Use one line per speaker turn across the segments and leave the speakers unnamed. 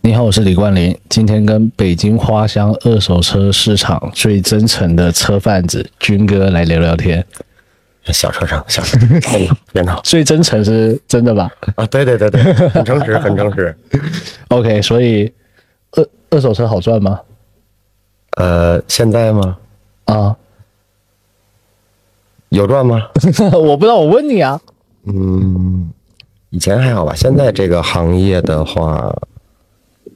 你好，我是李冠霖。今天跟北京花乡二手车市场最真诚的车贩子军哥来聊聊天。
小车商，小车商，哎别闹
最真诚是真的吧
啊！对对对对，很诚实，很诚实。
？OK，所以二二手车好赚吗？
呃，现在吗？
啊，
有赚吗？
我不知道，我问你啊。
以前还好吧，现在这个行业的话，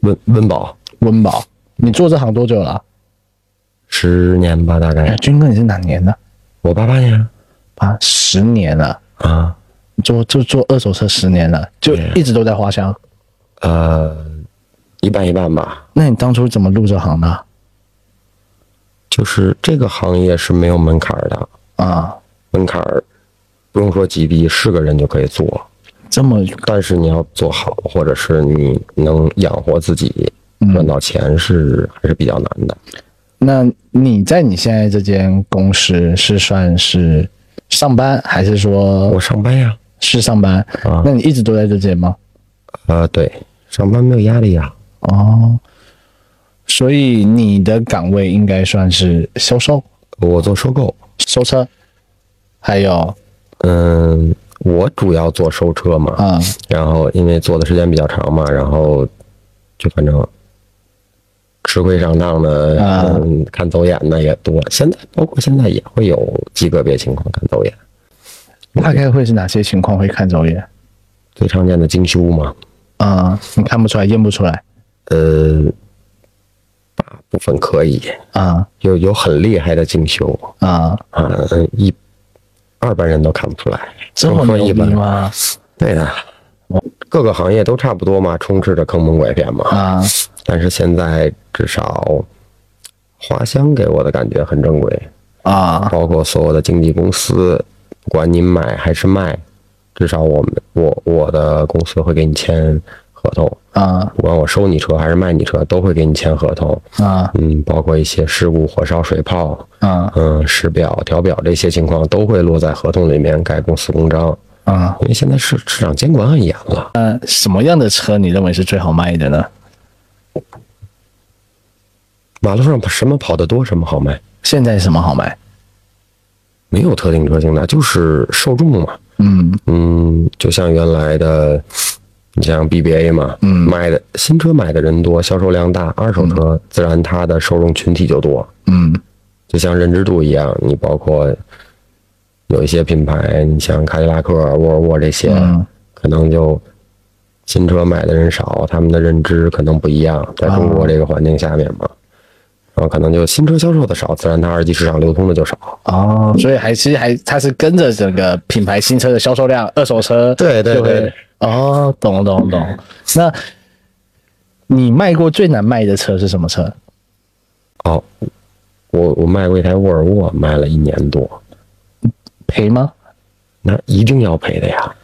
温温饱
温饱，你做这行多久了啊？
十年吧，大概
哎，军哥，你是哪年的？
我八八年
啊，十年了，
啊，
做就做二手车十年了，就一直都在花乡。
呃，一半一半吧。
那你当初怎么入这行的？
就是这个行业是没有门槛儿的，
啊，
门槛儿不用说几逼，是个人就可以做，
这么
但是你要做好，或者是你能养活自己，赚到钱是还是比较难的。
那你在你现在这间公司是算是上班，还是说
我上班呀，
是上班？
啊
那你一直都在这间吗？
呃，对，上班没有压力呀、
哦，所以你的岗位应该算是销售、
我做收购，
收车，还有
嗯，我主要做收车嘛，
啊、
然后因为做的时间比较长嘛，然后就反正吃亏上当的，
啊
嗯，看走眼的也多。现在包括现在也会有极个别情况看走眼，
大概会是哪些情况会看走眼？
最常见的精修嘛，
啊、你看不出来，验不出来
呃，大部分可以，
啊
有有很厉害的精修
啊、
啊，一二般人都看不出来，
这么
甭说
牛
一
逼
般人
吗？
对的，各个行业都差不多嘛，充斥着坑蒙拐骗嘛。
啊、
但是现在至少，花香给我的感觉很正规，
啊
包括所有的经纪公司，不管你买还是卖，至少我们我我的公司会给你签合同，
啊
不管我收你车还是卖你车，都会给你签合同。
啊
嗯，包括一些事故、火烧、水泡，
啊
嗯，时表、调表这些情况都会落在合同里面盖公司公章，
啊！
因为现在市市场监管很严了。
那什么样的车你认为是最好卖的呢？
马路上什么跑得多，什么好卖，
现在什么好卖？
没有特定车型的，就是受众嘛。
嗯
嗯，就像原来的，你像 BBA 嘛，嗯，买的新车买的人多，销售量大，二手车自然它的受众群体就多。
嗯
就像认知度一样，你包括有一些品牌，你像凯迪拉克、啊沃尔沃这些，
嗯
可能就新车买的人少，他们的认知可能不一样，在中国这个环境下面嘛，然后可能就新车销售的少，自然它二级市场流通的就少。
哦，所以还其实还它是跟着整个品牌新车的销售量，二手车
对对
就会
对
哦，懂了懂了懂了。那你卖过最难卖的车是什么车？
哦，我我卖过一台沃尔沃，卖了一年多，
赔吗？
那一定要赔的呀。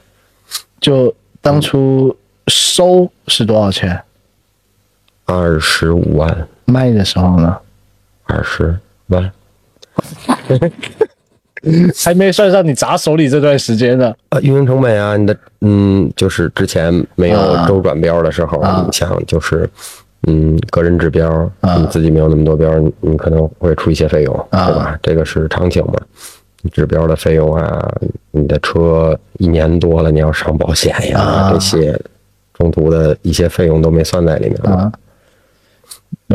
就当初收是多少钱？
二十五万，
卖的时候呢？
二十万，
还没算上你砸手里这段时间呢。
呃，运营成本啊，你的嗯，就是之前没有
啊
周转标的时候，
啊
你想就是，嗯，个人指标，你自己没有那么多标，你你可能会出一些费用，
啊
对吧？这个是常情嘛。你指标的费用啊，你的车一年多了，你要上保险呀，
啊
这些中途的一些费用都没算在里面嘛。
啊，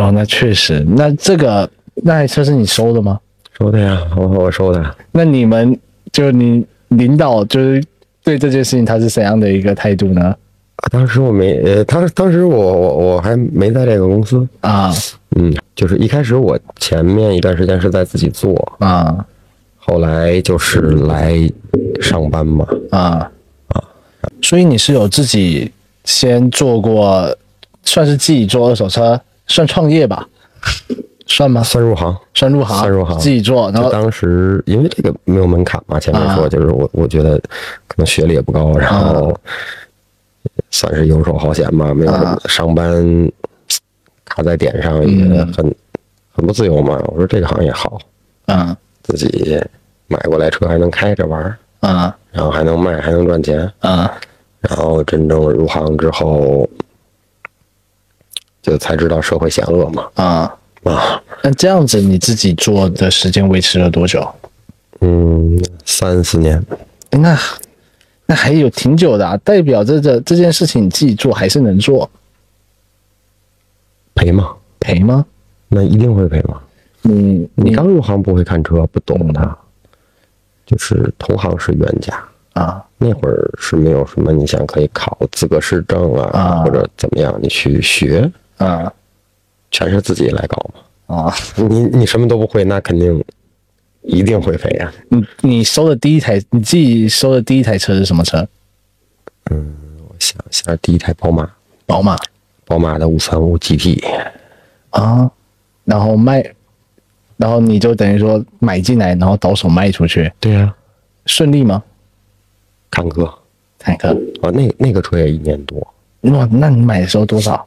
哦，那确实，那这个那台车是你收的吗？
收的呀，我我收的。啊
那你们就你领导就是对这件事情他是怎样的一个态度呢？
啊，当时我没，呃，当当时我我我还没在这个公司，
啊
嗯，就是一开始我前面一段时间是在自己做，
啊
后来就是来上班嘛，
啊！所以你是有自己先做过，算是自己做二手车，算创业吧？算吗？
算入行。
算入行，
算入行
自己做，然
就
后
当时因为这个没有门槛嘛，前面说
啊
就是我我觉得可能学历也不高，然后算是游手好闲
啊
嘛，没有什么上班卡在点上也很很不自由嘛。我说这个行业好，
嗯
自己买过来车还能开着玩儿，
嗯
然后还能卖，还能赚钱。
嗯
然后真正入行之后，就才知道社会险恶嘛。
啊，
啊，
那这样子你自己做的时间维持了多久？
嗯，三四年，
诶那那还有挺久的啊，代表着这这件事情你自己做还是能做，
赔吗？
赔吗？
那一定会赔吗？
你
你刚入行不会看车，不懂它，就是同行是冤家。
啊，
那会儿是没有什么你想可以考资格试证啊，
啊
或者怎么样，你去学，
啊
全是自己来搞嘛。
啊！
你你什么都不会，那肯定一定会赔啊呀、
你你收的第一台，你自己收的第一台车是什么车？
我想一下，第一台宝马，
宝马
宝马的五三五 GT，
啊，然后卖，然后你就等于说买进来，然后倒手卖出去，
对呀、
顺利吗？
坦克啊，
坦克，
那那个车也一年多，
哇，那你买的时候多少？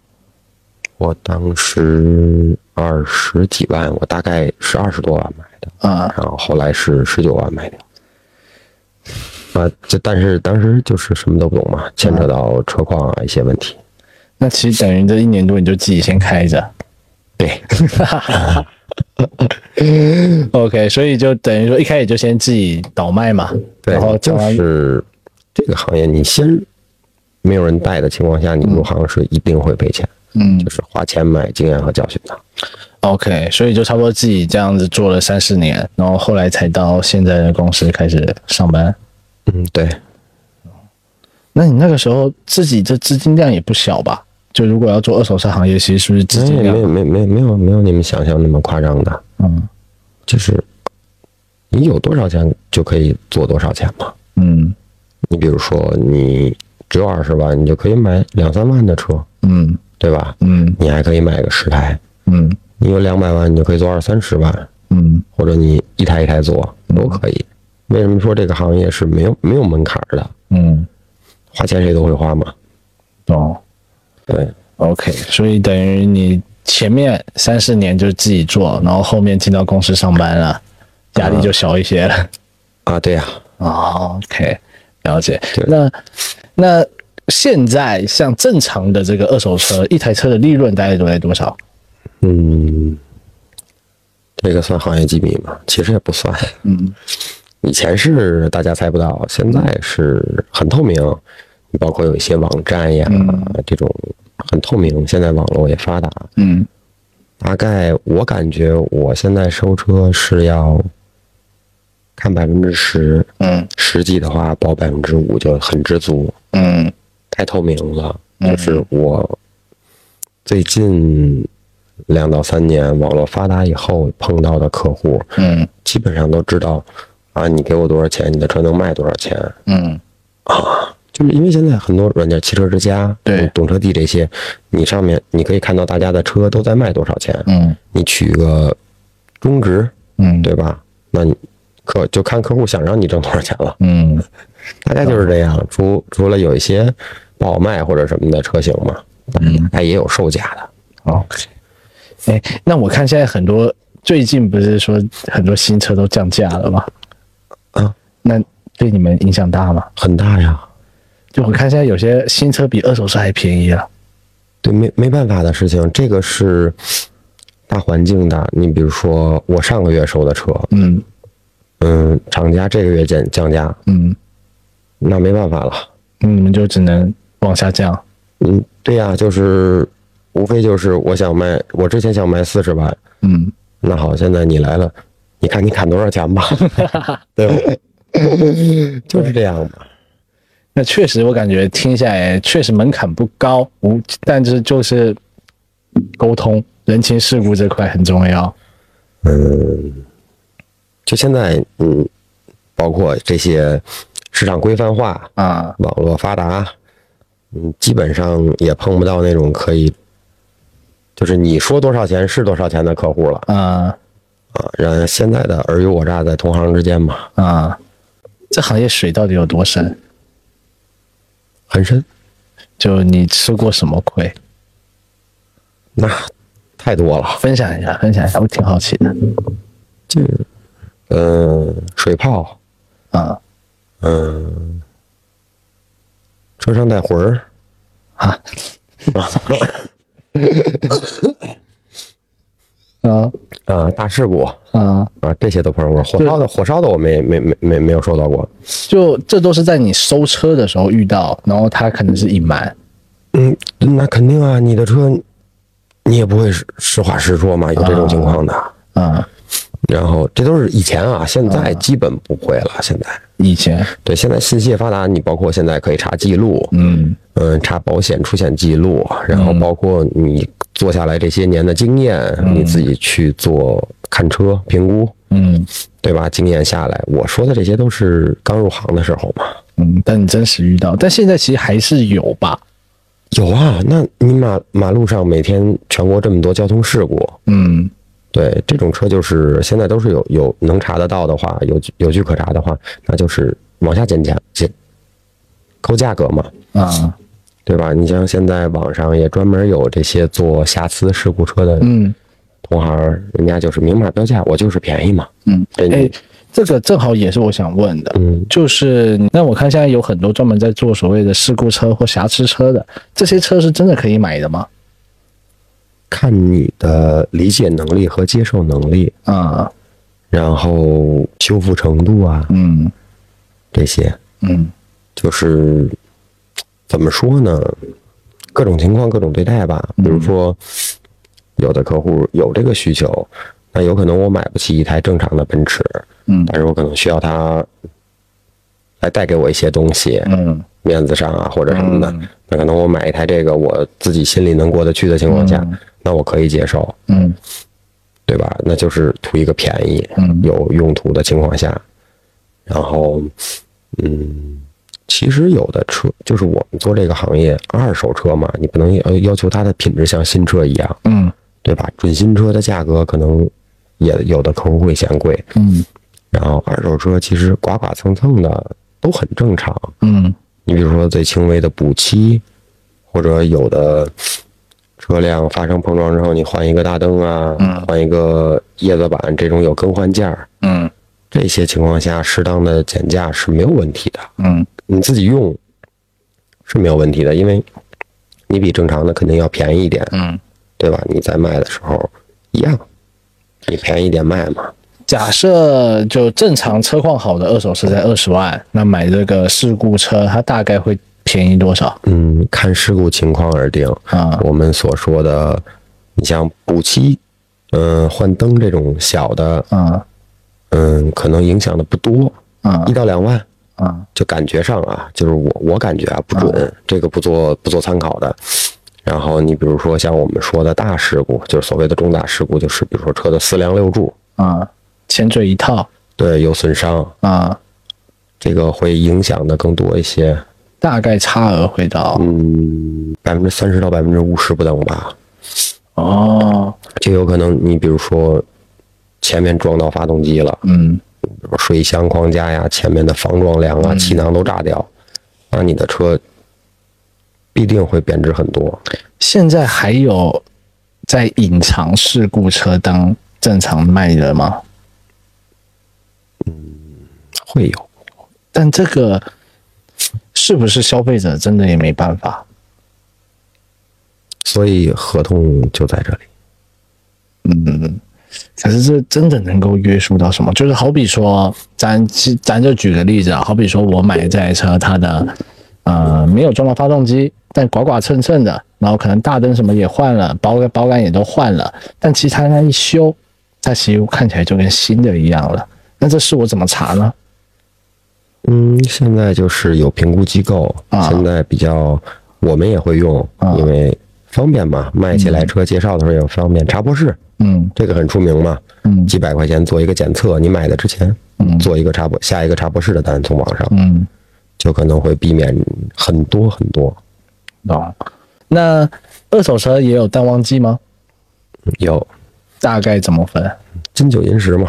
我当时二十几万，我大概是二十多万买的，
啊
然后后来是十九万卖掉。啊，这但是当时就是什么都不懂嘛，牵扯到车况啊一些问题。
那其实等于这一年多你就自己先开着。
对，
OK，所以就等于说一开始就先自己倒卖嘛，
对，
然后
就
当然
是这个行业，你先没有人带的情况下，你入行是一定会赔钱，
嗯
就是花钱买经验和教训的。
OK，所以就差不多自己这样子做了三四年，然后后来才到现在的公司开始上班。
嗯，对，
那你那个时候自己的资金量也不小吧？就如果要做二手车行业，其实是不是资
没
金量
有？没有没有没有没有你们想象那么夸张的，
嗯
就是你有多少钱就可以做多少钱嘛。
嗯
你比如说，你只有二十万，你就可以买两三万的车，
嗯
对吧？
嗯
你还可以买个十台，
嗯
你有两百万，你就可以做二三十万，
嗯
或者你一台一台做都可以。为什么说这个行业是没有没有门槛儿的？
嗯，
花钱谁都会花嘛。
懂。
对，
OK，所以等于你前面三四年就自己做，然后后面进到公司上班了，压力就小一些了。
啊，对呀、
哦，OK，了解
对。
那那现在像正常的这个二手车，一台车的利润大概都在多少？
嗯，这个算行业机密吗？其实也不算。
嗯
以前是大家猜不到，现在是很透明。你包括有一些网站呀，这种很透明。现在网络也发达，
嗯
大概我感觉我现在收车是要看百分之十，
嗯
实际的话保百分之五就很知足，
嗯
太透明了。就是我最近两到三年网络发达以后碰到的客户，
嗯
基本上都知道啊，你给我多少钱，你的车能卖多少钱。
嗯
就是因为现在很多软件，汽车之家、嗯
对
懂车帝这些，你上面你可以看到大家的车都在卖多少钱，
嗯
你取个中值，
嗯
对吧？那你客就看客户想让你挣多少钱了，
嗯
大概就是这样。除除了有一些不好卖或者什么的车型嘛，大概也有售价的。
，OK。哎，那我看现在很多最近不是说很多新车都降价了吗？
啊，
那对你们影响大吗？
很大呀。
就我看现在有些新车比二手车还便宜啊了。
对，没没办法的事情，这个是大环境的。你比如说，我上个月收的车，
嗯
嗯，厂家这个月减降价，
嗯，
那没办法了。
你们就只能往下降。
嗯，对呀、就是无非就是我想卖，我之前想卖四十万，
嗯
那好，现在你来了，你看你砍多少钱吧，对吧？ 就是这样吧。
那确实，我感觉听下来确实门槛不高，无，但是就是沟通、人情世故这块很重要。
嗯，就现在，嗯，包括这些市场规范化，
啊，
网络发达，嗯，基本上也碰不到那种可以，就是你说多少钱是多少钱的客户了
啊
啊。然后现在的尔虞我诈在同行之间嘛，
啊，这行业水到底有多深？
很深，
就你吃过什么亏？
那太多了。
分享一下，分享一下，我挺好奇的。
这，嗯，水泡，
啊
嗯，车上带魂儿，
啊，啊
啊，大事故
啊，
啊，这些都碰上过。火烧的火烧的我没没没没没有收到过。
就这都是在你收车的时候遇到，然后他可能是隐瞒，
嗯，那肯定啊，你的车你也不会实实话实说嘛，有这种情况的。
啊，
然后这都是以前啊，现在基本不会了。现在
以前，
对，现在信息也发达，你包括现在可以查记录，
嗯
嗯，查保险出险记录，然后包括你做下来这些年的经验，你自己去做看车评估，
嗯
对吧？经验下来，我说的这些都是刚入行的时候嘛。
嗯，但你真实遇到，但现在其实还是有吧，
有啊，那你马马路上每天全国这么多交通事故，
嗯
对这种车就是现在都是有有能查得到的话，有据有据可查的话，那就是往下减价减扣价格嘛，
啊，
对吧？你像现在网上也专门有这些做瑕疵事故车的
嗯
同行，人家就是明码标价，我就是便宜嘛。
嗯，
对
哎，这个正好也是我想问的，
嗯，
就是那我看现在有很多专门在做所谓的事故车或瑕疵车的，这些车是真的可以买的吗？
看你的理解能力和接受能力，
啊，
然后修复程度啊
嗯
这些，
嗯
就是怎么说呢？各种情况各种对待吧。比如说，有的客户有这个需求，那有可能我买不起一台正常的奔驰，
嗯
但是我可能需要它来带给我一些东西，
嗯
面子上啊或者什么的。那可能我买一台这个我自己心里能过得去的情况下，那我可以接受，
嗯
对吧？那就是图一个便宜，
嗯
有用途的情况下，然后，嗯，其实有的车就是我们做这个行业，二手车嘛，你不能要要求它的品质像新车一样，
嗯
对吧？准新车的价格可能也有的客户会嫌贵，
嗯
然后二手车其实刮刮蹭蹭的都很正常。
嗯
你比如说最轻微的补漆，或者有的车辆发生碰撞之后，你换一个大灯啊，换一个叶子板，这种有更换件儿。
嗯
这些情况下，适当的减价是没有问题的，
嗯
你自己用是没有问题的，因为你比正常的肯定要便宜一点，
嗯。
对吧？你在卖的时候一样，你便宜一点卖嘛。
假设就正常车况好的二手车在二十万，那买这个事故车它大概会便宜多少
嗯，看事故情况而定。
啊？
我们所说的，你像补漆，嗯、换灯这种小的，
啊
嗯、可能影响的不多，
啊
一到两万。
啊
就感觉上啊，就是我我感觉啊不准，这个不做不做参考的。然后你比如说像我们说的大事故，就是所谓的重大事故，就是比如说车的四梁六柱，
啊！前嘴一套
对，有损伤，
啊，
这个会影响的更多一些，
大概差额会到
嗯，百分之三十到百分之五十不等吧。
哦，
就有可能你比如说前面撞到发动机了，
嗯
比如水箱框架呀、前面的防撞梁啊、气囊都炸掉，那你的车必定会贬值很多。
现在还有在隐藏事故车当正常卖的吗？
会有，
但这个是不是消费者真的也没办法？
所以合同就在这里。
可是这真的能够约束到什么？就是好比说，咱其咱就举个例子啊，好比说我买这台车，它的呃没有装到发动机，但刮刮蹭蹭的，然后可能大灯什么也换了，保杆保杆也都换了，但其实它那一修，它其实看起来就跟新的一样了。那这事我怎么查呢？
嗯，现在就是有评估机构，
啊
现在比较我们也会用，
啊
因为方便嘛，卖起来车介绍的时候也方便。查博士
嗯
这个很出名嘛，
嗯
几百块钱做一个检测，你买的之前
嗯
做一个查博下一个查博士的单，从网上
嗯，
就可能会避免很多很多。
懂。那二手车也有淡旺季吗？
有
大概怎么分？
金九银十嘛，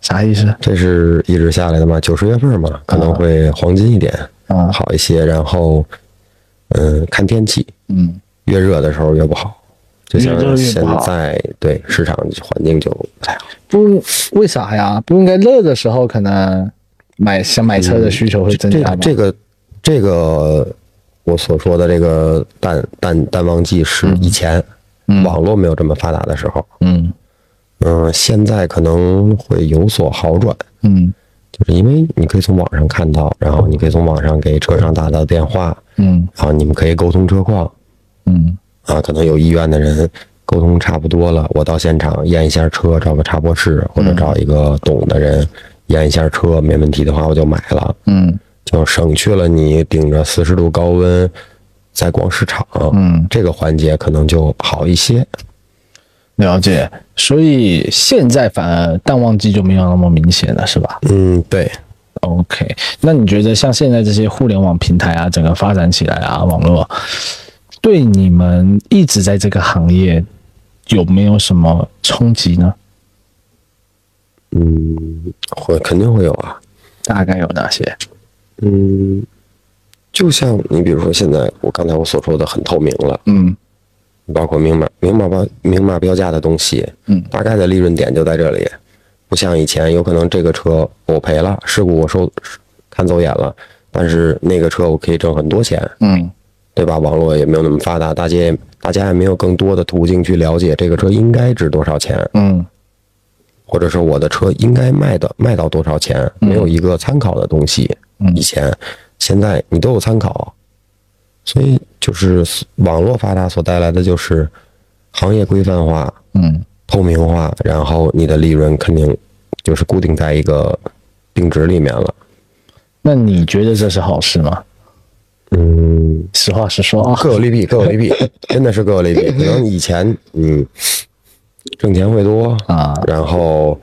啥意思？
这是一直下来的嘛，九十月份嘛，可能会黄金一点，
啊
好一些。然后，嗯，看天气，
嗯
越热的时候越不好，就
越热越
像现
不好
在对市场环境就不太好。
不，为啥呀？不应该热的时候可能买想买车的需求会增
这
加吗
个？这个这个我所说的这个淡淡淡旺季是以前、网络没有这么发达的时候，
嗯
嗯、现在可能会有所好转，
嗯
就是因为你可以从网上看到，然后你可以从网上给车商打到电话，
嗯
然后你们可以沟通车况
嗯
啊，可能有意愿的人沟通差不多了，我到现场验一下车，找个插播室或者找一个懂的人验一下车，没问题的话我就买了，
嗯
就省去了你顶着四十度高温在逛市场，
嗯，
这个环节可能就好一些。
了解。所以现在反而淡旺季就没有那么明显了，是吧
嗯，对，
？OK，那你觉得像现在这些互联网平台啊，整个发展起来啊，网络对你们一直在这个行业有没有什么冲击呢？
嗯，会肯定会有啊。
大概有哪些？
嗯，就像你比如说现在我刚才我所说的很透明了，
嗯
包括明码明码标明码标价的东西，
嗯
大概的利润点就在这里，不像以前有可能这个车我赔了，事故我收看走眼了，但是那个车我可以挣很多钱，
嗯
对吧？网络也没有那么发达，大家也大家也没有更多的途径去了解这个车应该值多少钱，
嗯
或者是我的车应该卖的卖到多少钱，没有一个参考的东西。
嗯
以前、现在你都有参考，所以就是网络发达所带来的就是行业规范化、
嗯
透明化，然后你的利润肯定就是固定在一个定值里面了。
那你觉得这是好事吗？
嗯，
实话实说啊，
各有利弊，各有利弊，真的是各 有利弊。可能以前嗯挣钱会多
啊
然后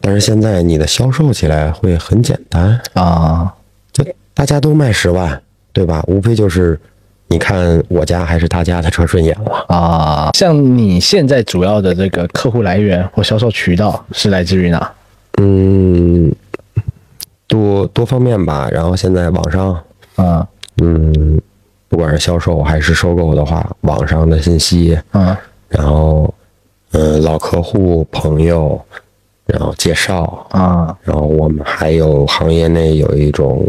但是现在你的销售起来会很简单，
啊，
就大家都卖十万，对吧？无非就是你看我家还是他家的车顺眼了。
啊，像你现在主要的这个客户来源或销售渠道是来自于哪？
嗯，多多方面吧。然后现在网上，
啊
嗯，不管是销售还是收购的话，网上的信息，
啊
然后，嗯，老客户、朋友，然后介绍，
啊
然后我们还有行业内有一种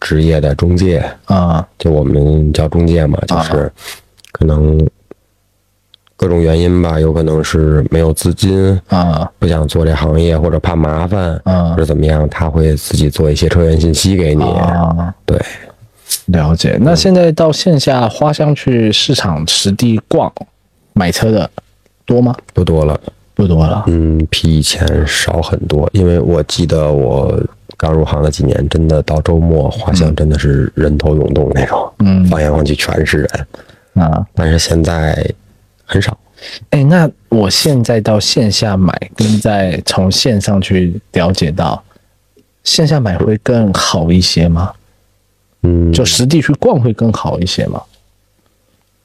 职业的中介，
啊
就我们叫中介嘛，就
啊
是可能各种原因吧，有可能是没有资金，
啊
不想做这行业，或者怕麻烦，
嗯
或者怎么样，他会自己做一些车源信息给你。
啊！
对，
了解。那现在到线下花乡去市场实地逛买车的多吗？
不多了，
不多了。
嗯，比以前少很多。因为我记得我刚入行的几年，真的到周末花乡真的是人头涌动那种，
嗯
放眼望去全是人。
啊，
但是现在很少，
哎，那我现在到线下买，跟在从线上去了解到，线下买会更好一些吗？
嗯，
就实地去逛会更好一些吗？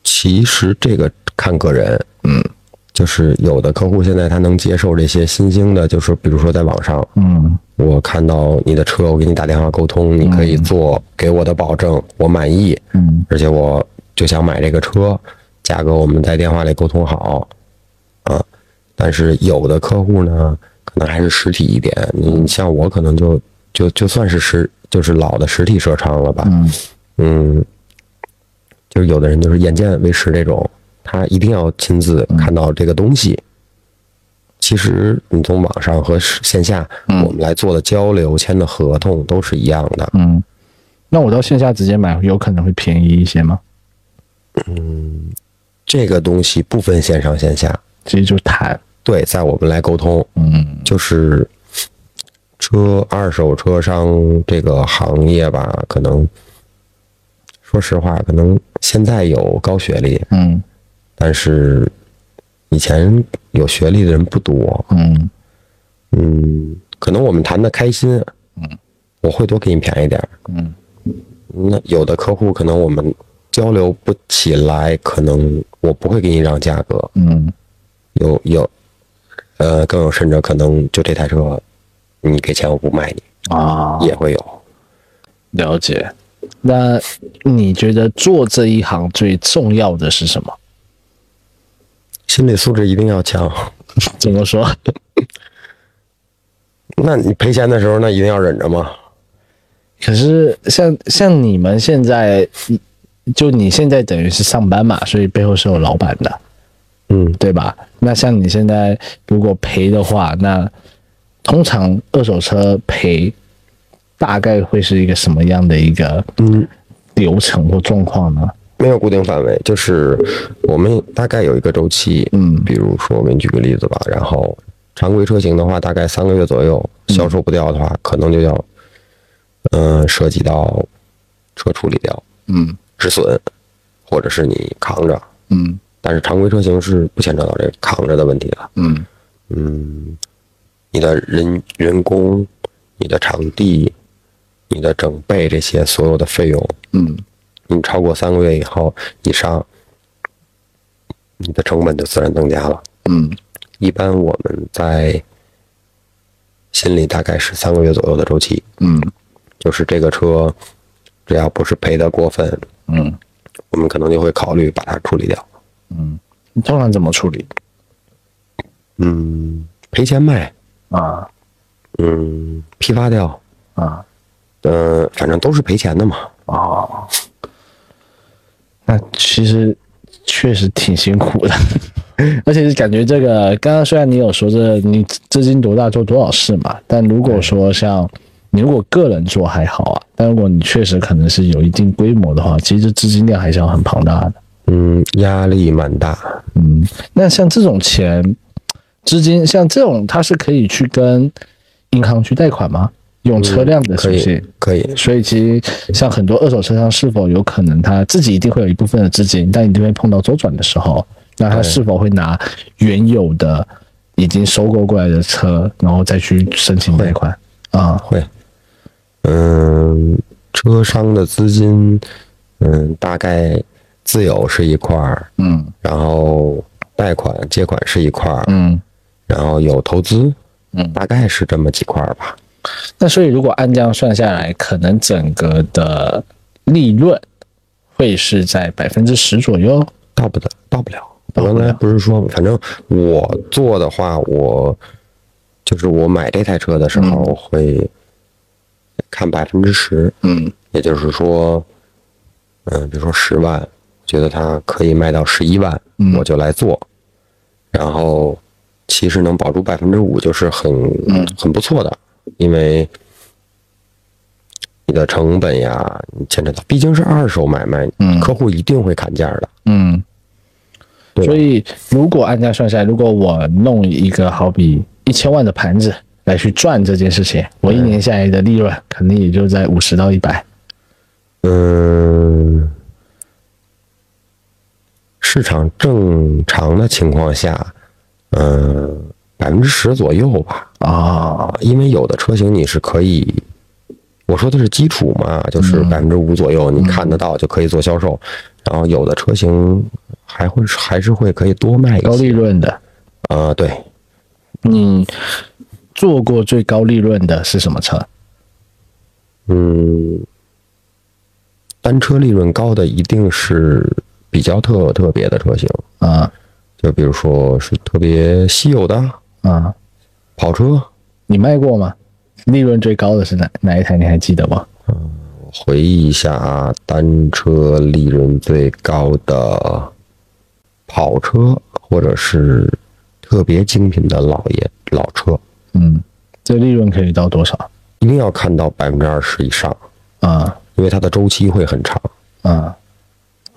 其实这个看个人，
嗯，
就是有的客户现在他能接受这些新兴的，就是比如说在网上，
嗯
我看到你的车，我给你打电话沟通，你可以做给我的保证，我满意，
嗯
而且我就想买这个车，价格我们在电话里沟通好，啊，但是有的客户呢，可能还是实体一点，你像我可能就就就算是实就是老的实体车商了吧，
嗯
嗯，就是有的人就是眼见为实这种，他一定要亲自看到这个东西。其实你从网上和实线下
嗯
我们来做的交流、签的合同都是一样的。
嗯。那我到线下直接买，有可能会便宜一些吗？
这个东西不分线上线下，
直接就谈。
对，在我们来沟通，
嗯
就是车二手车商这个行业吧，可能说实话，可能现在有高学历，
嗯
但是以前有学历的人不多，
嗯
嗯，可能我们谈的开心，嗯，我会多给你便宜点儿，
嗯
那有的客户可能我们交流不起来，可能我不会给你让价格，
嗯
有有，呃，更有甚者可能就这台车，你给钱我不卖你，
啊，
也会有，
了解。那你觉得做这一行最重要的是什么？
心理素质一定要强。
怎么说？
那你赔钱的时候，那一定要忍着吗？
可是像像你们现在，嗯就你现在等于是上班嘛，所以背后是有老板的，
嗯，
对吧？那像你现在如果赔的话，那通常二手车赔大概会是一个什么样的一个嗯流程或状况呢？
没有固定范围，就是我们大概有一个周期，
嗯
比如说我给你举个例子吧，然后常规车型的话，大概三个月左右销售不掉的话，可能就要，嗯、涉及到车处理掉、
嗯
止损，或者是你扛着，
嗯
但是常规车型是不牵扯到这个扛着的问题的，
嗯
嗯，你的人人工、你的场地、你的整备这些所有的费用，
嗯
你超过三个月以后，你上，你的成本就自然增加了。
嗯
一般我们在心里大概是三个月左右的周期，
嗯
就是这个车只要不是赔的过分，
嗯
我们可能就会考虑把它处理掉。
嗯，你通常怎么处理
嗯，赔钱卖，
啊
嗯，批发掉，
啊？
呃，反正都是赔钱的嘛。
哦，那其实确实挺辛苦的， 而且是感觉这个刚刚虽然你有说这你资金多大做多少事嘛，但如果说像你如果个人做还好啊，但如果你确实可能是有一定规模的话，其实这资金量还是要很庞大的。
嗯，压力蛮大。
嗯，那像这种钱资金，像这种它是可以去跟银行去贷款吗？用车辆的
嗯可
是不是？
以，可以，
所以其实像很多二手车商，是否有可能他自己一定会有一部分的资金，但一定会碰到周转的时候，那他是否会拿原有的已经收购过来的车，然后再去申请贷款啊？
会。嗯，车商的资金，嗯，大概自有是一块儿，
嗯
然后贷款、借款是一块儿，
嗯，
然后有投资，
嗯
大概是这么几块儿吧。
那所以如果按这样算下来，可能整个的利润会是在百分之十左右。
到不得，到不了。
到
我
不了
刚才不是说，反正我做的话，我就是我买这台车的时候会看百分之十，
嗯
也就是说，嗯、比如说十万，觉得它可以卖到十一万，
嗯
我就来做，然后其实能保住百分之五就是很、
嗯
很不错的，因为你的成本呀，你牵扯到，毕竟是二手买卖，
嗯
客户一定会砍价的，
嗯，
对吧
所以如果按这样算下来，如果我弄一个好比一千万的盘子来去赚这件事情，我一年下来的利润肯定也就在五十到一百。
嗯，市场正常的情况下，嗯，百分之十左右吧。
哦，
啊因为有的车型你是可以，我说的是基础嘛，就是百
嗯
分之五左右，你看得到就可以做销售。然后有的车型还会还是会可以多卖一
高利
些。
润的，
呃，对，
你做过最高利润的是什么车？
嗯，单车利润高的一定是比较特特别的车型。
啊、
就比如说是特别稀有的
啊、
跑车，
你卖过吗？利润最高的是哪哪一台？你还记得吗？
我回忆一下啊，单车利润最高的跑车，或者是特别精品的老爷老车，
嗯，这利润可以到多少？
一定要看到百分之二十以上，
啊、
因为它的周期会很长。
啊、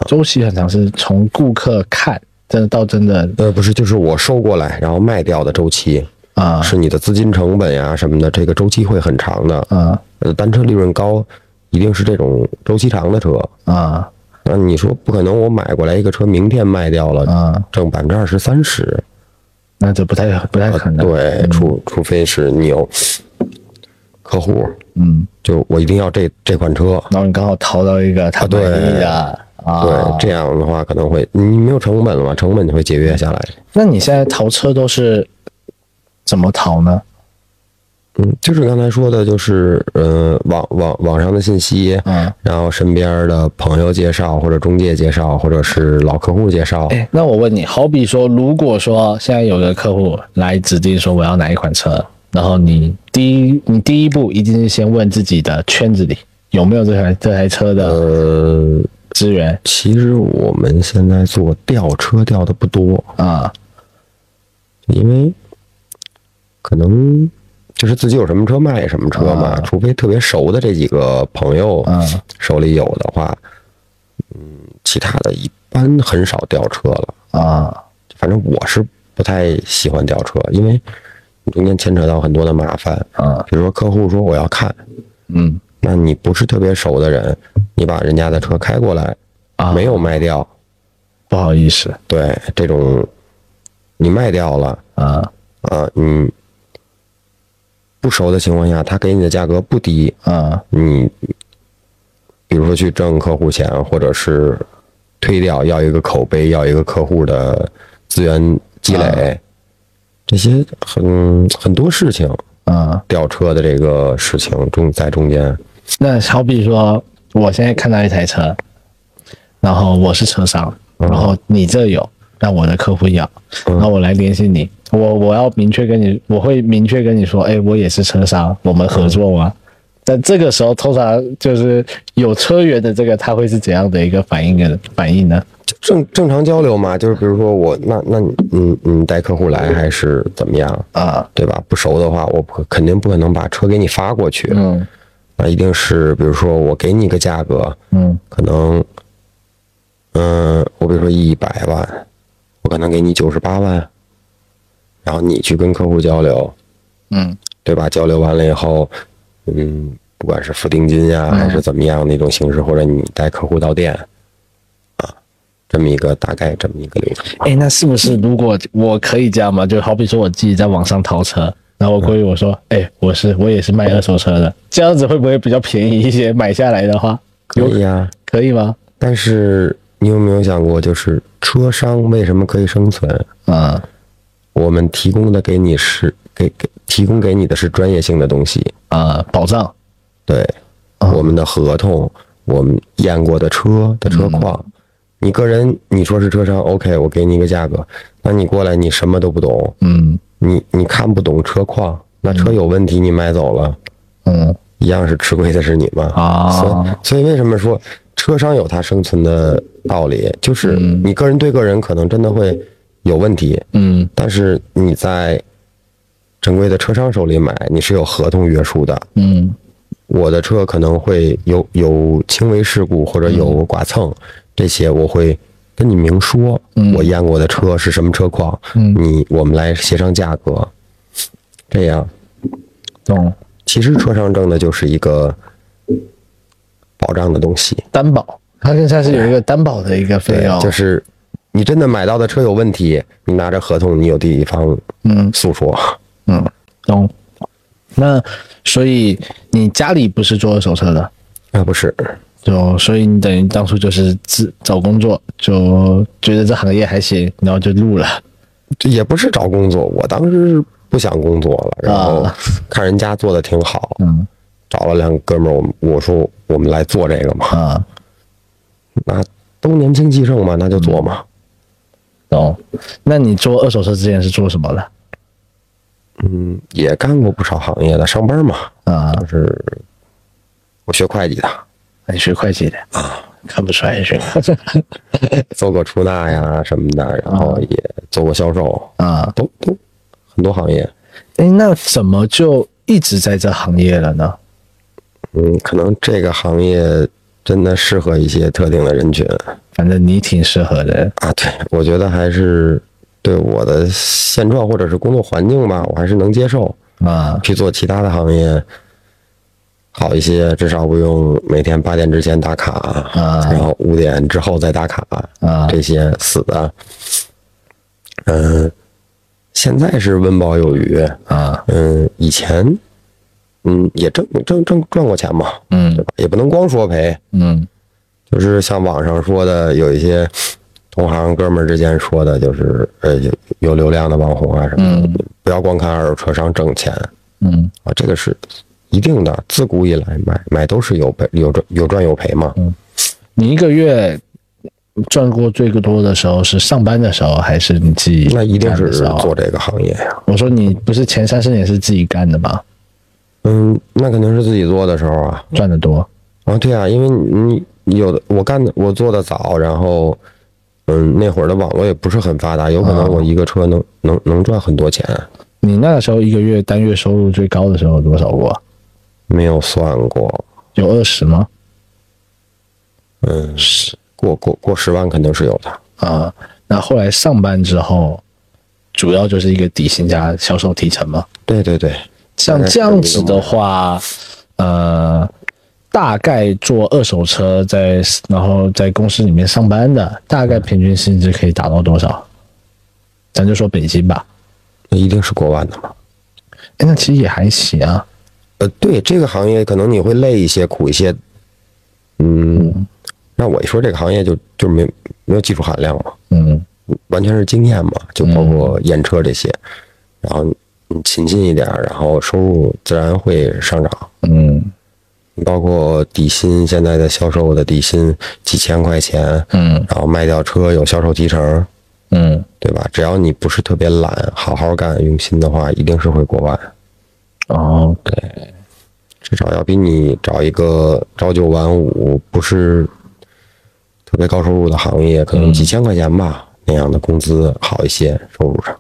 周期很长，是从顾客看，真的到真的
呃，不是，就是我收过来然后卖掉的周期，
啊
是你的资金成本呀、什么的，这个周期会很长的。
啊
呃，单车利润高，一定是这种周期长的车。
啊
那你说不可能，我买过来一个车，明天卖掉了，
啊，
挣百分之二十、三十，
那这不太不太可能。，
对，除除非是你有客户，
嗯，
就我一定要这这款车，
然后你刚好淘到一个他满意的啊。
对，这样的话可能会你没有成本了嘛，成本就会节约下来。
那你现在淘车都是怎么淘呢？
嗯，就是刚才说的，就是呃，网网网上的信息，
嗯，
然后身边的朋友介绍或者中介介绍，或者是老客户介绍，
哎，那我问你，好比说，如果说现在有个客户来指定说我要哪一款车，然后你第一你第一步一定是先问自己的圈子里，有没有这台这台车的
呃，
资源
其实我们现在做吊车吊的不多，
啊？
因为可能就是自己有什么车卖什么车嘛，
啊
除非特别熟的这几个朋友
啊
手里有的话，嗯，其他的一般很少吊车了。
啊
反正我是不太喜欢吊车，因为你中间牵扯到很多的麻烦。
啊
比如说客户说我要看，
嗯
那你不是特别熟的人，你把人家的车开过来，
啊，
没有卖掉，
不好意思
对这种你卖掉了
啊
啊，你不熟的情况下，他给你的价格不低，
啊
你比如说去挣客户钱，或者是推掉要一个口碑，要一个客户的资源积累，这些很很多事情，
啊。
吊车的这个事情中在中间，
那好比说，我现在看到一台车，然后我是车商，然后你这有，那我的客户要，然后我来联系你，我我要明确跟你，我会明确跟你说，哎，我也是车商，我们合作吗？但这个时候，通常就是有车源的这个，他会是怎样的一个反应跟反应呢？
正正常交流嘛，就是比如说我那那你你你带客户来还是怎么样，
啊，
对吧？不熟的话，我不肯定不可能把车给你发过去，
嗯
那一定是比如说我给你一个价格，
嗯
可能，嗯、我比如说一百万，我可能给你九十八万，然后你去跟客户交流，
嗯
对吧？交流完了以后，嗯，不管是付定金呀、还是怎么样的一种形式，或者你带客户到店，啊，这么一个大概这么一个流程。
哎，那是不是如果我可以这样嘛？就好比说我自己在网上淘车，然后我闺蜜我说，
嗯
哎，我是我也是卖二手车的，这样子会不会比较便宜一些？买下来的话，
可以呀、
可以吗？
但是你有没有想过，就是车商为什么可以生存？
嗯
我们提供的给你是给给提供给你的是专业性的东西，
啊、保障
对，
啊
我们的合同，我们验过的车的车况，
嗯
你个人你说是车商，OK，我给你一个价格，那你过来你什么都不懂，
嗯
你你看不懂车况，那车有问题你买走了，
嗯
一样是吃亏的是你嘛。所
啊
以所以为什么说车商有他生存的道理，就是你个人对个人可能真的会有问题，
嗯
但是你在正规的车商手里买，你是有合同约束的，
嗯
我的车可能会有有轻微事故或者有剐蹭，这些我会跟你明说，我验过的车是什么车况，你我们来协商价格，这样
懂
其实车商挣的就是一个保障的东西，
担保，它跟它是有一个担保的一个费
对
用，，
就是你真的买到的车有问题，你拿着合同，你有地方
嗯
诉说，
嗯懂。那所以你家里不是做二手车的，
啊不是，
就所以你等于当初就是自找工作，就觉得这行业还行，然后就入了。
这也不是找工作，我当时是不想工作了，然后
啊
看人家做的挺好，
嗯
找了两个哥们儿，我们我说我们来做这个嘛，
啊，
那都年轻气盛嘛，那就做嘛。
懂。那你做二手车之前是做什么的？
嗯，也干过不少行业的，上班嘛，
啊，
就是我学会计的，
你学会计的啊，看不出来你学会计
做过出纳呀什么的，然后也做过销售，
啊。
都都很多行业。
哎，那怎么就一直在这行业了呢？
嗯，可能这个行业真的适合一些特定的人群
反正你挺适合的。
啊。对，我觉得还是对我的现状或者是工作环境吧，我还是能接受。
啊
去做其他的行业好一些，至少不用每天八点之前打卡，然后五点之后再打卡，
啊
这些死的。嗯、现在是温饱有余，
啊
嗯、以前嗯也挣挣挣赚过钱嘛，对
嗯
吧？也不能光说赔，
嗯
就是像网上说的，有一些同行哥们儿之间说的，就是呃有有流量的网红啊什么的，不要光看二手车商挣钱，
嗯
啊，这个是一定的，自古以来买买都是有赔有赚有赚有赔嘛。
你一个月赚过最多的时候是上班的时候，还是你自己
那一定
干
是
的时候
做这个行业啊呀。
我说你不是前三十年是自己干的吗？
嗯，那肯定是自己做的时候啊，
赚得多
啊，对啊，因为你你有的我干的我做的早，然后嗯，那会儿的网络也不是很发达，有可能我一个车能、能能赚很多钱，
你那个时候一个月单月收入最高的时候有多少过？
没有算过，
有二十吗？
嗯，是过过过十万肯定是有的。
啊，那后来上班之后，主要就是一个底薪加销售提成嘛。
对对对，
像这样子的话，呃，大概做二手车在然后在公司里面上班的，大概平均薪资可以达到多少？咱就说北京吧，
那一定是过万的嘛。
哎，那其实也还行啊。
呃，对这个行业，可能你会累一些、苦一些。嗯，那我一说这个行业就就没没有技术含量嘛，
嗯
完全是经验嘛，就包括验车这些。然后你勤进一点儿，然后收入自然会上涨。
嗯
包括底薪，现在的销售的底薪几千块钱，
嗯
然后卖掉车有销售提成，
嗯，
对吧？只要你不是特别懒，好好干、用心的话，一定是会过万。
哦，
至少要比你找一个朝九晚五不是特别高收入的行业，可能几千块钱吧、那样的工资好一些，收入上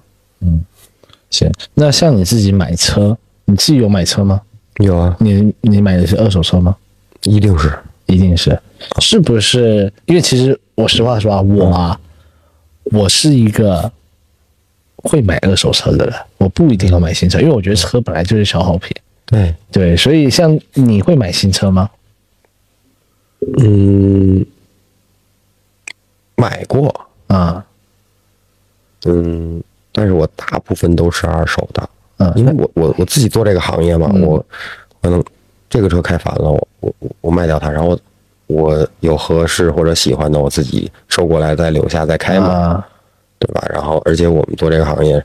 行。那像你自己买车，你自己有买车吗？
有啊，
你你买的是二手车吗？
一定是
一定是，是不是？因为其实我实话说啊，我啊，我是一个会买二手车的人，我不一定要买新车，因为我觉得车本来就是消耗品。
对，
对，所以像你会买新车吗？
嗯，买过，
啊，
嗯，但是我大部分都是二手的，
嗯
因为我我我自己做这个行业嘛，我可能这个车开烦了，我我我我卖掉它，然后我有合适或者喜欢的，我自己收过来再留下再开嘛，
啊，
对吧？然后，而且我们做这个行业，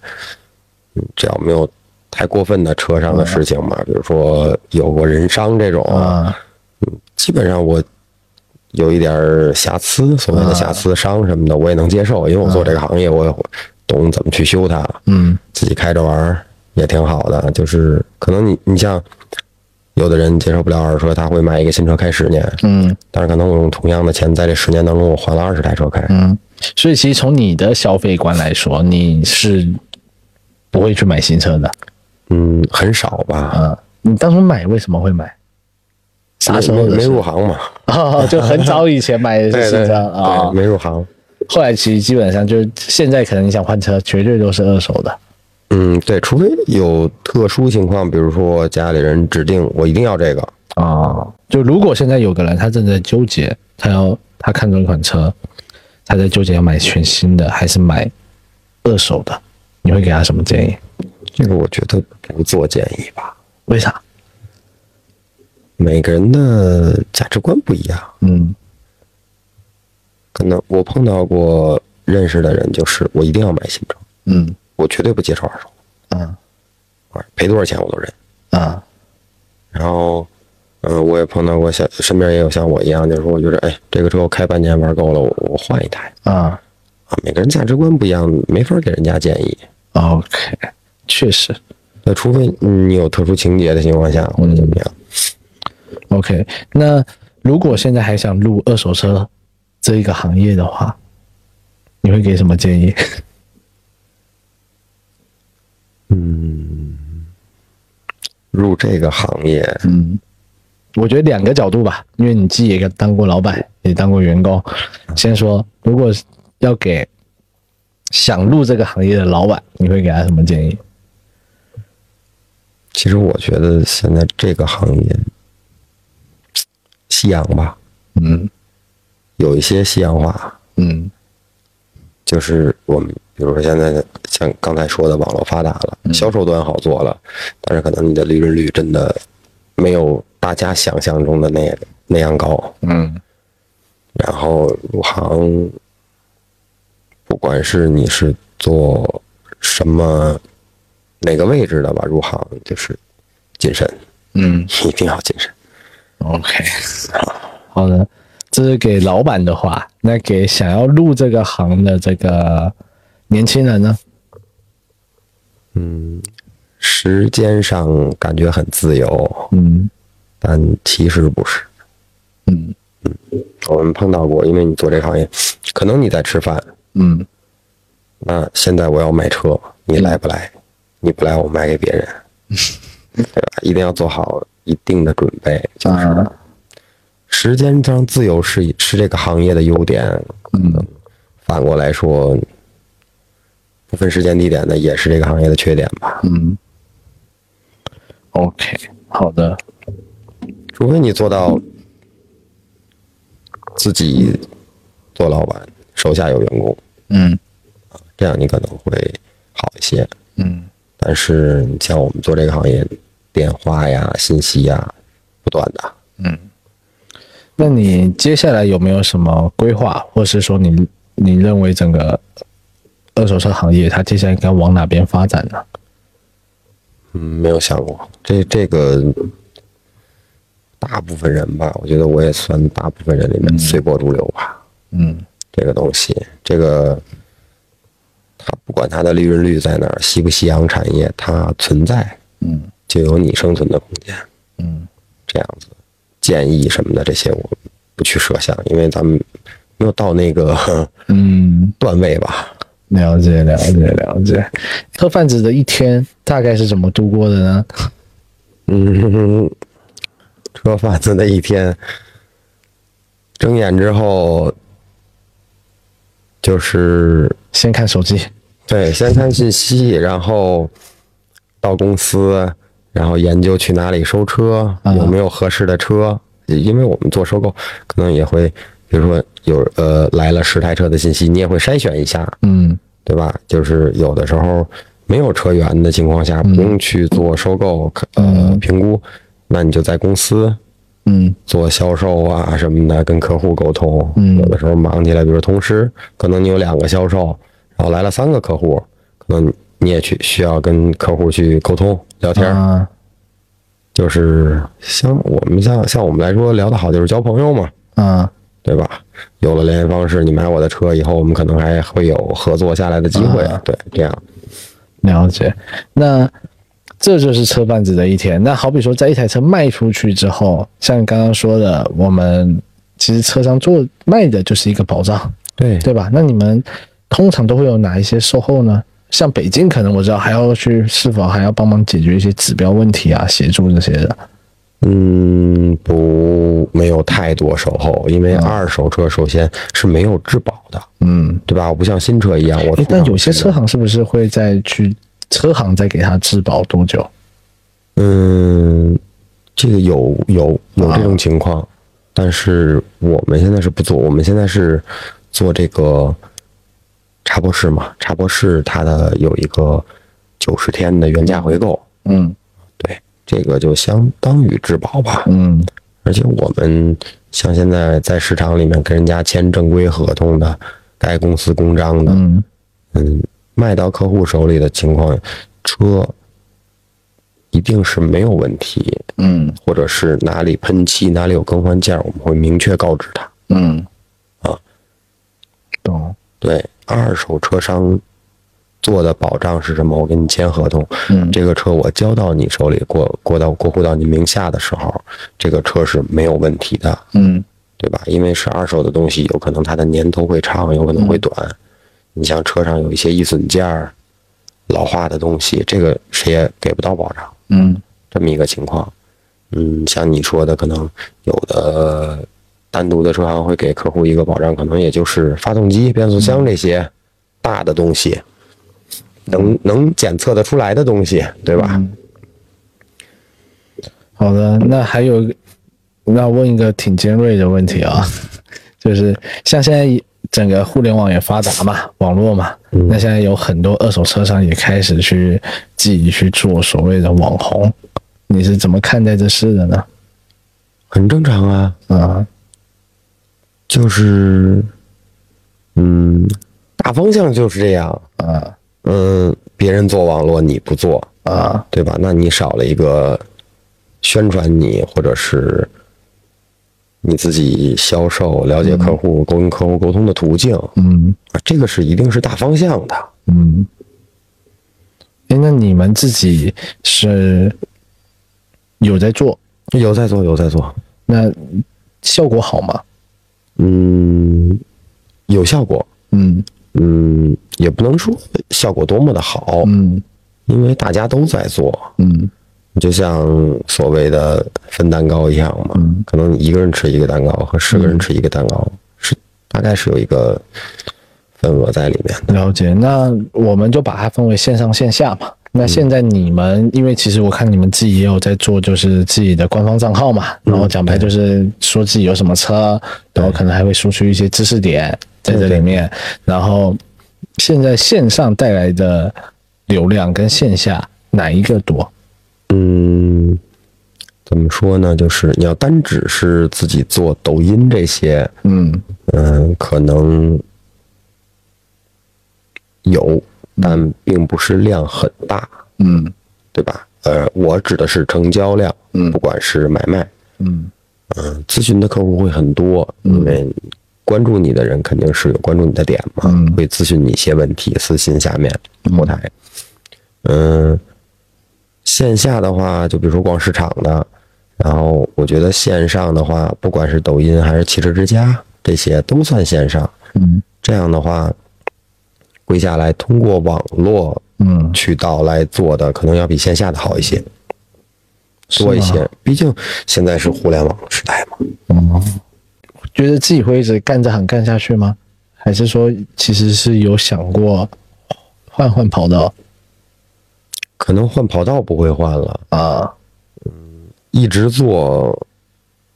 嗯，只要没有太过分的车上的事情嘛，比如说有过人伤这种，
嗯啊，
基本上我有一点儿瑕疵，所
啊
谓的瑕疵伤什么的，我也能接受，因为我做这个行业，我也会懂怎么去修它，
嗯
自己开着玩儿也挺好的。就是可能你你像有的人接受不了二手车，他会买一个新车开十年，
嗯
但是可能我用同样的钱，在这十年当中，我换了二十台车开，
嗯，所以其实从你的消费观来说，你是不会去买新车的。
嗯，很少吧。
啊，你当初买为什么会买？啥时候
没
的
没
事？
入行嘛？
哦，就很早以前 买的是新车啊。
对没入行。
后来其实基本上就是现在，可能你想换车，绝对都是二手的。
嗯，对，除非有特殊情况，比如说家里人指定我一定要这个，
啊，就如果现在有个人他正在纠结，他要他看中一款车，他在纠结要买全新的还是买二手的，你会给他什么建议？
这个我觉得不做建议吧。
为啥？
每个人的价值观不一样，
嗯
可能我碰到过认识的人，就是我一定要买新车，
嗯
我绝对不接受二手，嗯
啊
赔多少钱我都认。
啊
然后，嗯、我也碰到过像身边也有像我一样，就是说我觉得，哎，这个车我开半年玩够了，我我换一台
啊
啊。每个人价值观不一样，没法给人家建议。
，OK，确实，
那除非你有特殊情节的情况下，或者怎么样，
OK，那如果现在还想入二手车这一个行业的话，你会给什么建议？
嗯入这个行业，
嗯，我觉得两个角度吧，因为你自己也当过老板，也当过员工。先说，如果要给想入这个行业的老板，你会给他什么建议？
其实我觉得现在这个行业，夕阳吧，
嗯
有一些夕阳化，
嗯
就是我们比如说现在的像刚才说的，网络发达了，销售端好做了，但是可能你的利润率真的没有大家想象中的那那样高。
嗯
然后入行，不管是你是做什么哪个位置的吧，入行就是谨慎，
嗯
一定要谨慎。
，OK，好的，这是给老板的话。那给想要入这个行的这个年轻人呢？
时间上感觉很自由，
嗯
但其实不是。
嗯
我们碰到过，因为你做这行业，可能你在吃饭，
嗯
那现在我要卖车，你来不来？你不来，我卖给别人，对吧？一定要做好一定的准备。
啊
时间上自由是是这个行业的优点，
嗯
反过来说，不分时间地点的也是这个行业的缺点吧。
嗯，OK，好的，
除非你做到自己做老板，手下有员工，啊
嗯
这样你可能会好一些。
嗯
但是你像我们做这个行业，电话呀、信息呀，不断的。
嗯，那你接下来有没有什么规划，或是说你你认为整个二手车行业它接下来该往哪边发展呢？
嗯，没有想过这这个，大部分人吧，我觉得我也算大部分人里面随波逐流吧。
嗯
这个东西，这个它不管它的利润率在哪儿，夕不夕阳产业，它存在
嗯
就有你生存的空间。
嗯
这样子，建议什么的这些我不去设想，因为咱们没有到那个
嗯，
段位吧。
了解了解了解。喝贩子的一天大概是怎么度过的呢？
嗯，车贩子的一天，睁眼之后就是
先看手机。
对，先看信息，然后到公司，然后研究去哪里收车，有没有合适的车。因为我们做收购，可能也会，比如说有呃来了十台车的信息，你也会筛选一下，
嗯
对吧？就是有的时候没有车源的情况下，不用去做收购呃评估，那你就在公司
嗯
做销售啊什么的，跟客户沟通。
嗯
有的时候忙起来，比如同时可能你有两个销售，然后来了三个客户，可能你也去需要跟客户去沟通聊天儿。
啊
就是像我们像像我们来说，聊得好就是交朋友嘛，
啊
对吧？有了联系方式，你买我的车以后，我们可能还会有合作下来的机会。
啊
对，这样。
了解，那这就是车贩子的一天。那好比说，在一台车卖出去之后，像你刚刚说的，我们其实车商做卖的就是一个保障，
对
对吧？那你们通常都会有哪一些售后呢？像北京，可能我知道还要去是否还要帮忙解决一些指标问题啊，协助这些的。
嗯，不，没有太多售后，因
啊
为二手车首先是没有质保的，
嗯，
对吧？我不像新车一样，我
诶哎但有些
车。
车行是不是会再去车行再给他质保多久？
嗯，这个有有有这
啊
种情况，但是我们现在是不做，我们现在是做这个茶博士嘛，茶博士它的有一个九十天的原价回购，
嗯
对，这个就相当于质保吧。
嗯
而且我们像现在在市场里面跟人家签正规合同的，该公司公章的，
嗯
嗯，卖到客户手里的情况，车一定是没有问题，
嗯
或者是哪里喷漆哪里有更换件，我们会明确告知他。
嗯
啊，
懂。
对，二手车商做的保障是什么？我跟你签合同，
嗯
这个车我交到你手里，过过到过户到你名下的时候，这个车是没有问题的，
嗯
对吧？因为是二手的东西，有可能它的年头会长，有可能会短。你像车上有一些易损件儿、老化的东西，这个谁也给不到保障。
嗯
这么一个情况。嗯，像你说的，可能有的单独的车行会给客户一个保障，可能也就是发动机、变速箱这些大的东西，能能检测得出来的东西，对
嗯
吧？
好的，那还有一个，那问一个挺尖锐的问题啊， 就是像现在整个互联网也发达嘛，网络嘛，那现在有很多二手车商也开始去自己去做所谓的网红，你是怎么看待这事的呢？
很正常啊，
啊，
就是，嗯，大方向就是这样。
啊
嗯，别人做网络你不做，
啊，
对吧？那你少了一个宣传你，或者是你自己销售、了解客户、跟客户沟通的途径啊，
嗯
这个是一定是大方向的。
嗯。哎，那你们自己是有在做
有在做，有在做，
那效果好吗？
嗯，有效果，
嗯
嗯，也不能说效果多么的好，
嗯
因为大家都在做，
嗯
就像所谓的分蛋糕一样嘛，
嗯
可能一个人吃一个蛋糕和十个人吃一个蛋糕、是大概是有一个份额在里面的。
了解，那我们就把它分为线上线下嘛。那现在你们，因为其实我看你们自己也有在做，就是自己的官方账号嘛，然后奖牌就是说自己有什么车，然后可能还会输出一些知识点在这里面。然后现在线上带来的流量跟线下哪一个多？
嗯，怎么说呢？就是你要单只是自己做抖音这些，
嗯
嗯，可能有，但并不是量很大，
嗯
对吧？呃，我指的是成交量，
嗯
不管是买卖，
嗯
嗯，咨询的客户会很多，因为关注你的人肯定是有关注你的点嘛，
嗯
会咨询你一些问题，私信下面后台。嗯、线下的话，就比如说逛市场的，然后我觉得线上的话，不管是抖音还是汽车之家，这些都算线上。
嗯
这样的话，归下来通过网络
嗯，
渠道来做的，可能要比线下的好一些，多一
是吗。
些。毕竟现在是互联网时代嘛。
哦，觉得自己会一直干这行干下去吗？还是说其实是有想过换换跑道
可能换跑道不会换了，
啊？
一直做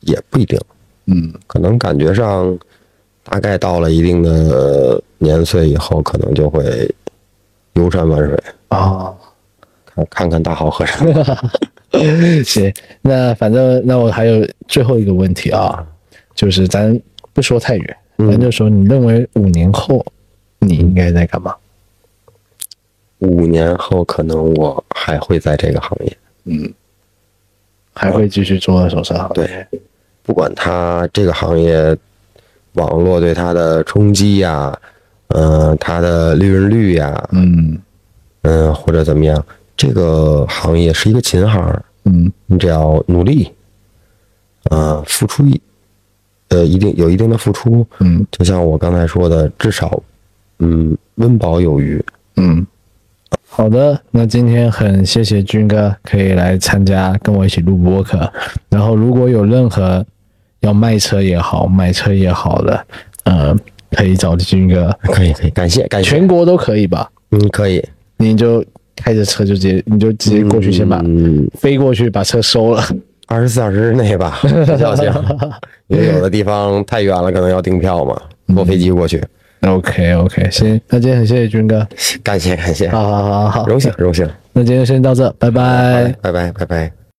也不一定。
嗯
可能感觉上，大概到了一定的年岁以后，可能就会游山玩水，
啊，
看看看大好河山。
行，那反正那我还有最后一个问题啊，就是咱不说太远，咱就说你认为五年后你应该在干嘛？
五年后，可能我还会在这个行业，
还会继续做二手车行业？
对不管它这个行业网络对它的冲击呀、呃，它的利润率呀、
嗯
嗯、或者怎么样，这个行业是一个琴行，
嗯
你只要努力，呃，付出一，呃，一定有一定的付出，
嗯
就像我刚才说的，至少，嗯，温饱有余。
嗯，好的，那今天很谢谢军哥可以来参加跟我一起录播客，然后如果有任何要卖车也好，买车也好的，呃，可以找军哥，
可以，可以，感谢，感谢。
全国都可以吧？
嗯，可以。
你就开着车就直接你就直接过去先把、
嗯，
飞过去把车收了，
二十四小时之内 吧，时效性。因为有的地方太远了，可能要订票嘛，
嗯
坐飞机过去。
OK OK，行，那今天很谢谢军哥，
感谢，感谢，
好好好好，
荣幸，荣幸。
那今天先到这，拜拜
拜拜，拜拜。